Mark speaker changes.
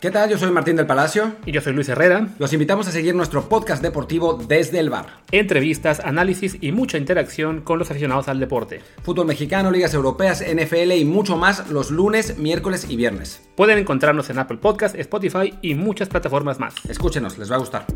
Speaker 1: ¿Qué tal? Yo soy Martín del Palacio.
Speaker 2: Y yo soy Luis Herrera.
Speaker 1: Los invitamos a seguir nuestro podcast deportivo desde el bar.
Speaker 2: Entrevistas, análisis y mucha interacción con los aficionados al deporte.
Speaker 1: Fútbol mexicano, ligas europeas, NFL y mucho más los lunes, miércoles y viernes.
Speaker 2: Pueden encontrarnos en Apple Podcast, Spotify y muchas plataformas más.
Speaker 1: Escúchenos, les va a gustar.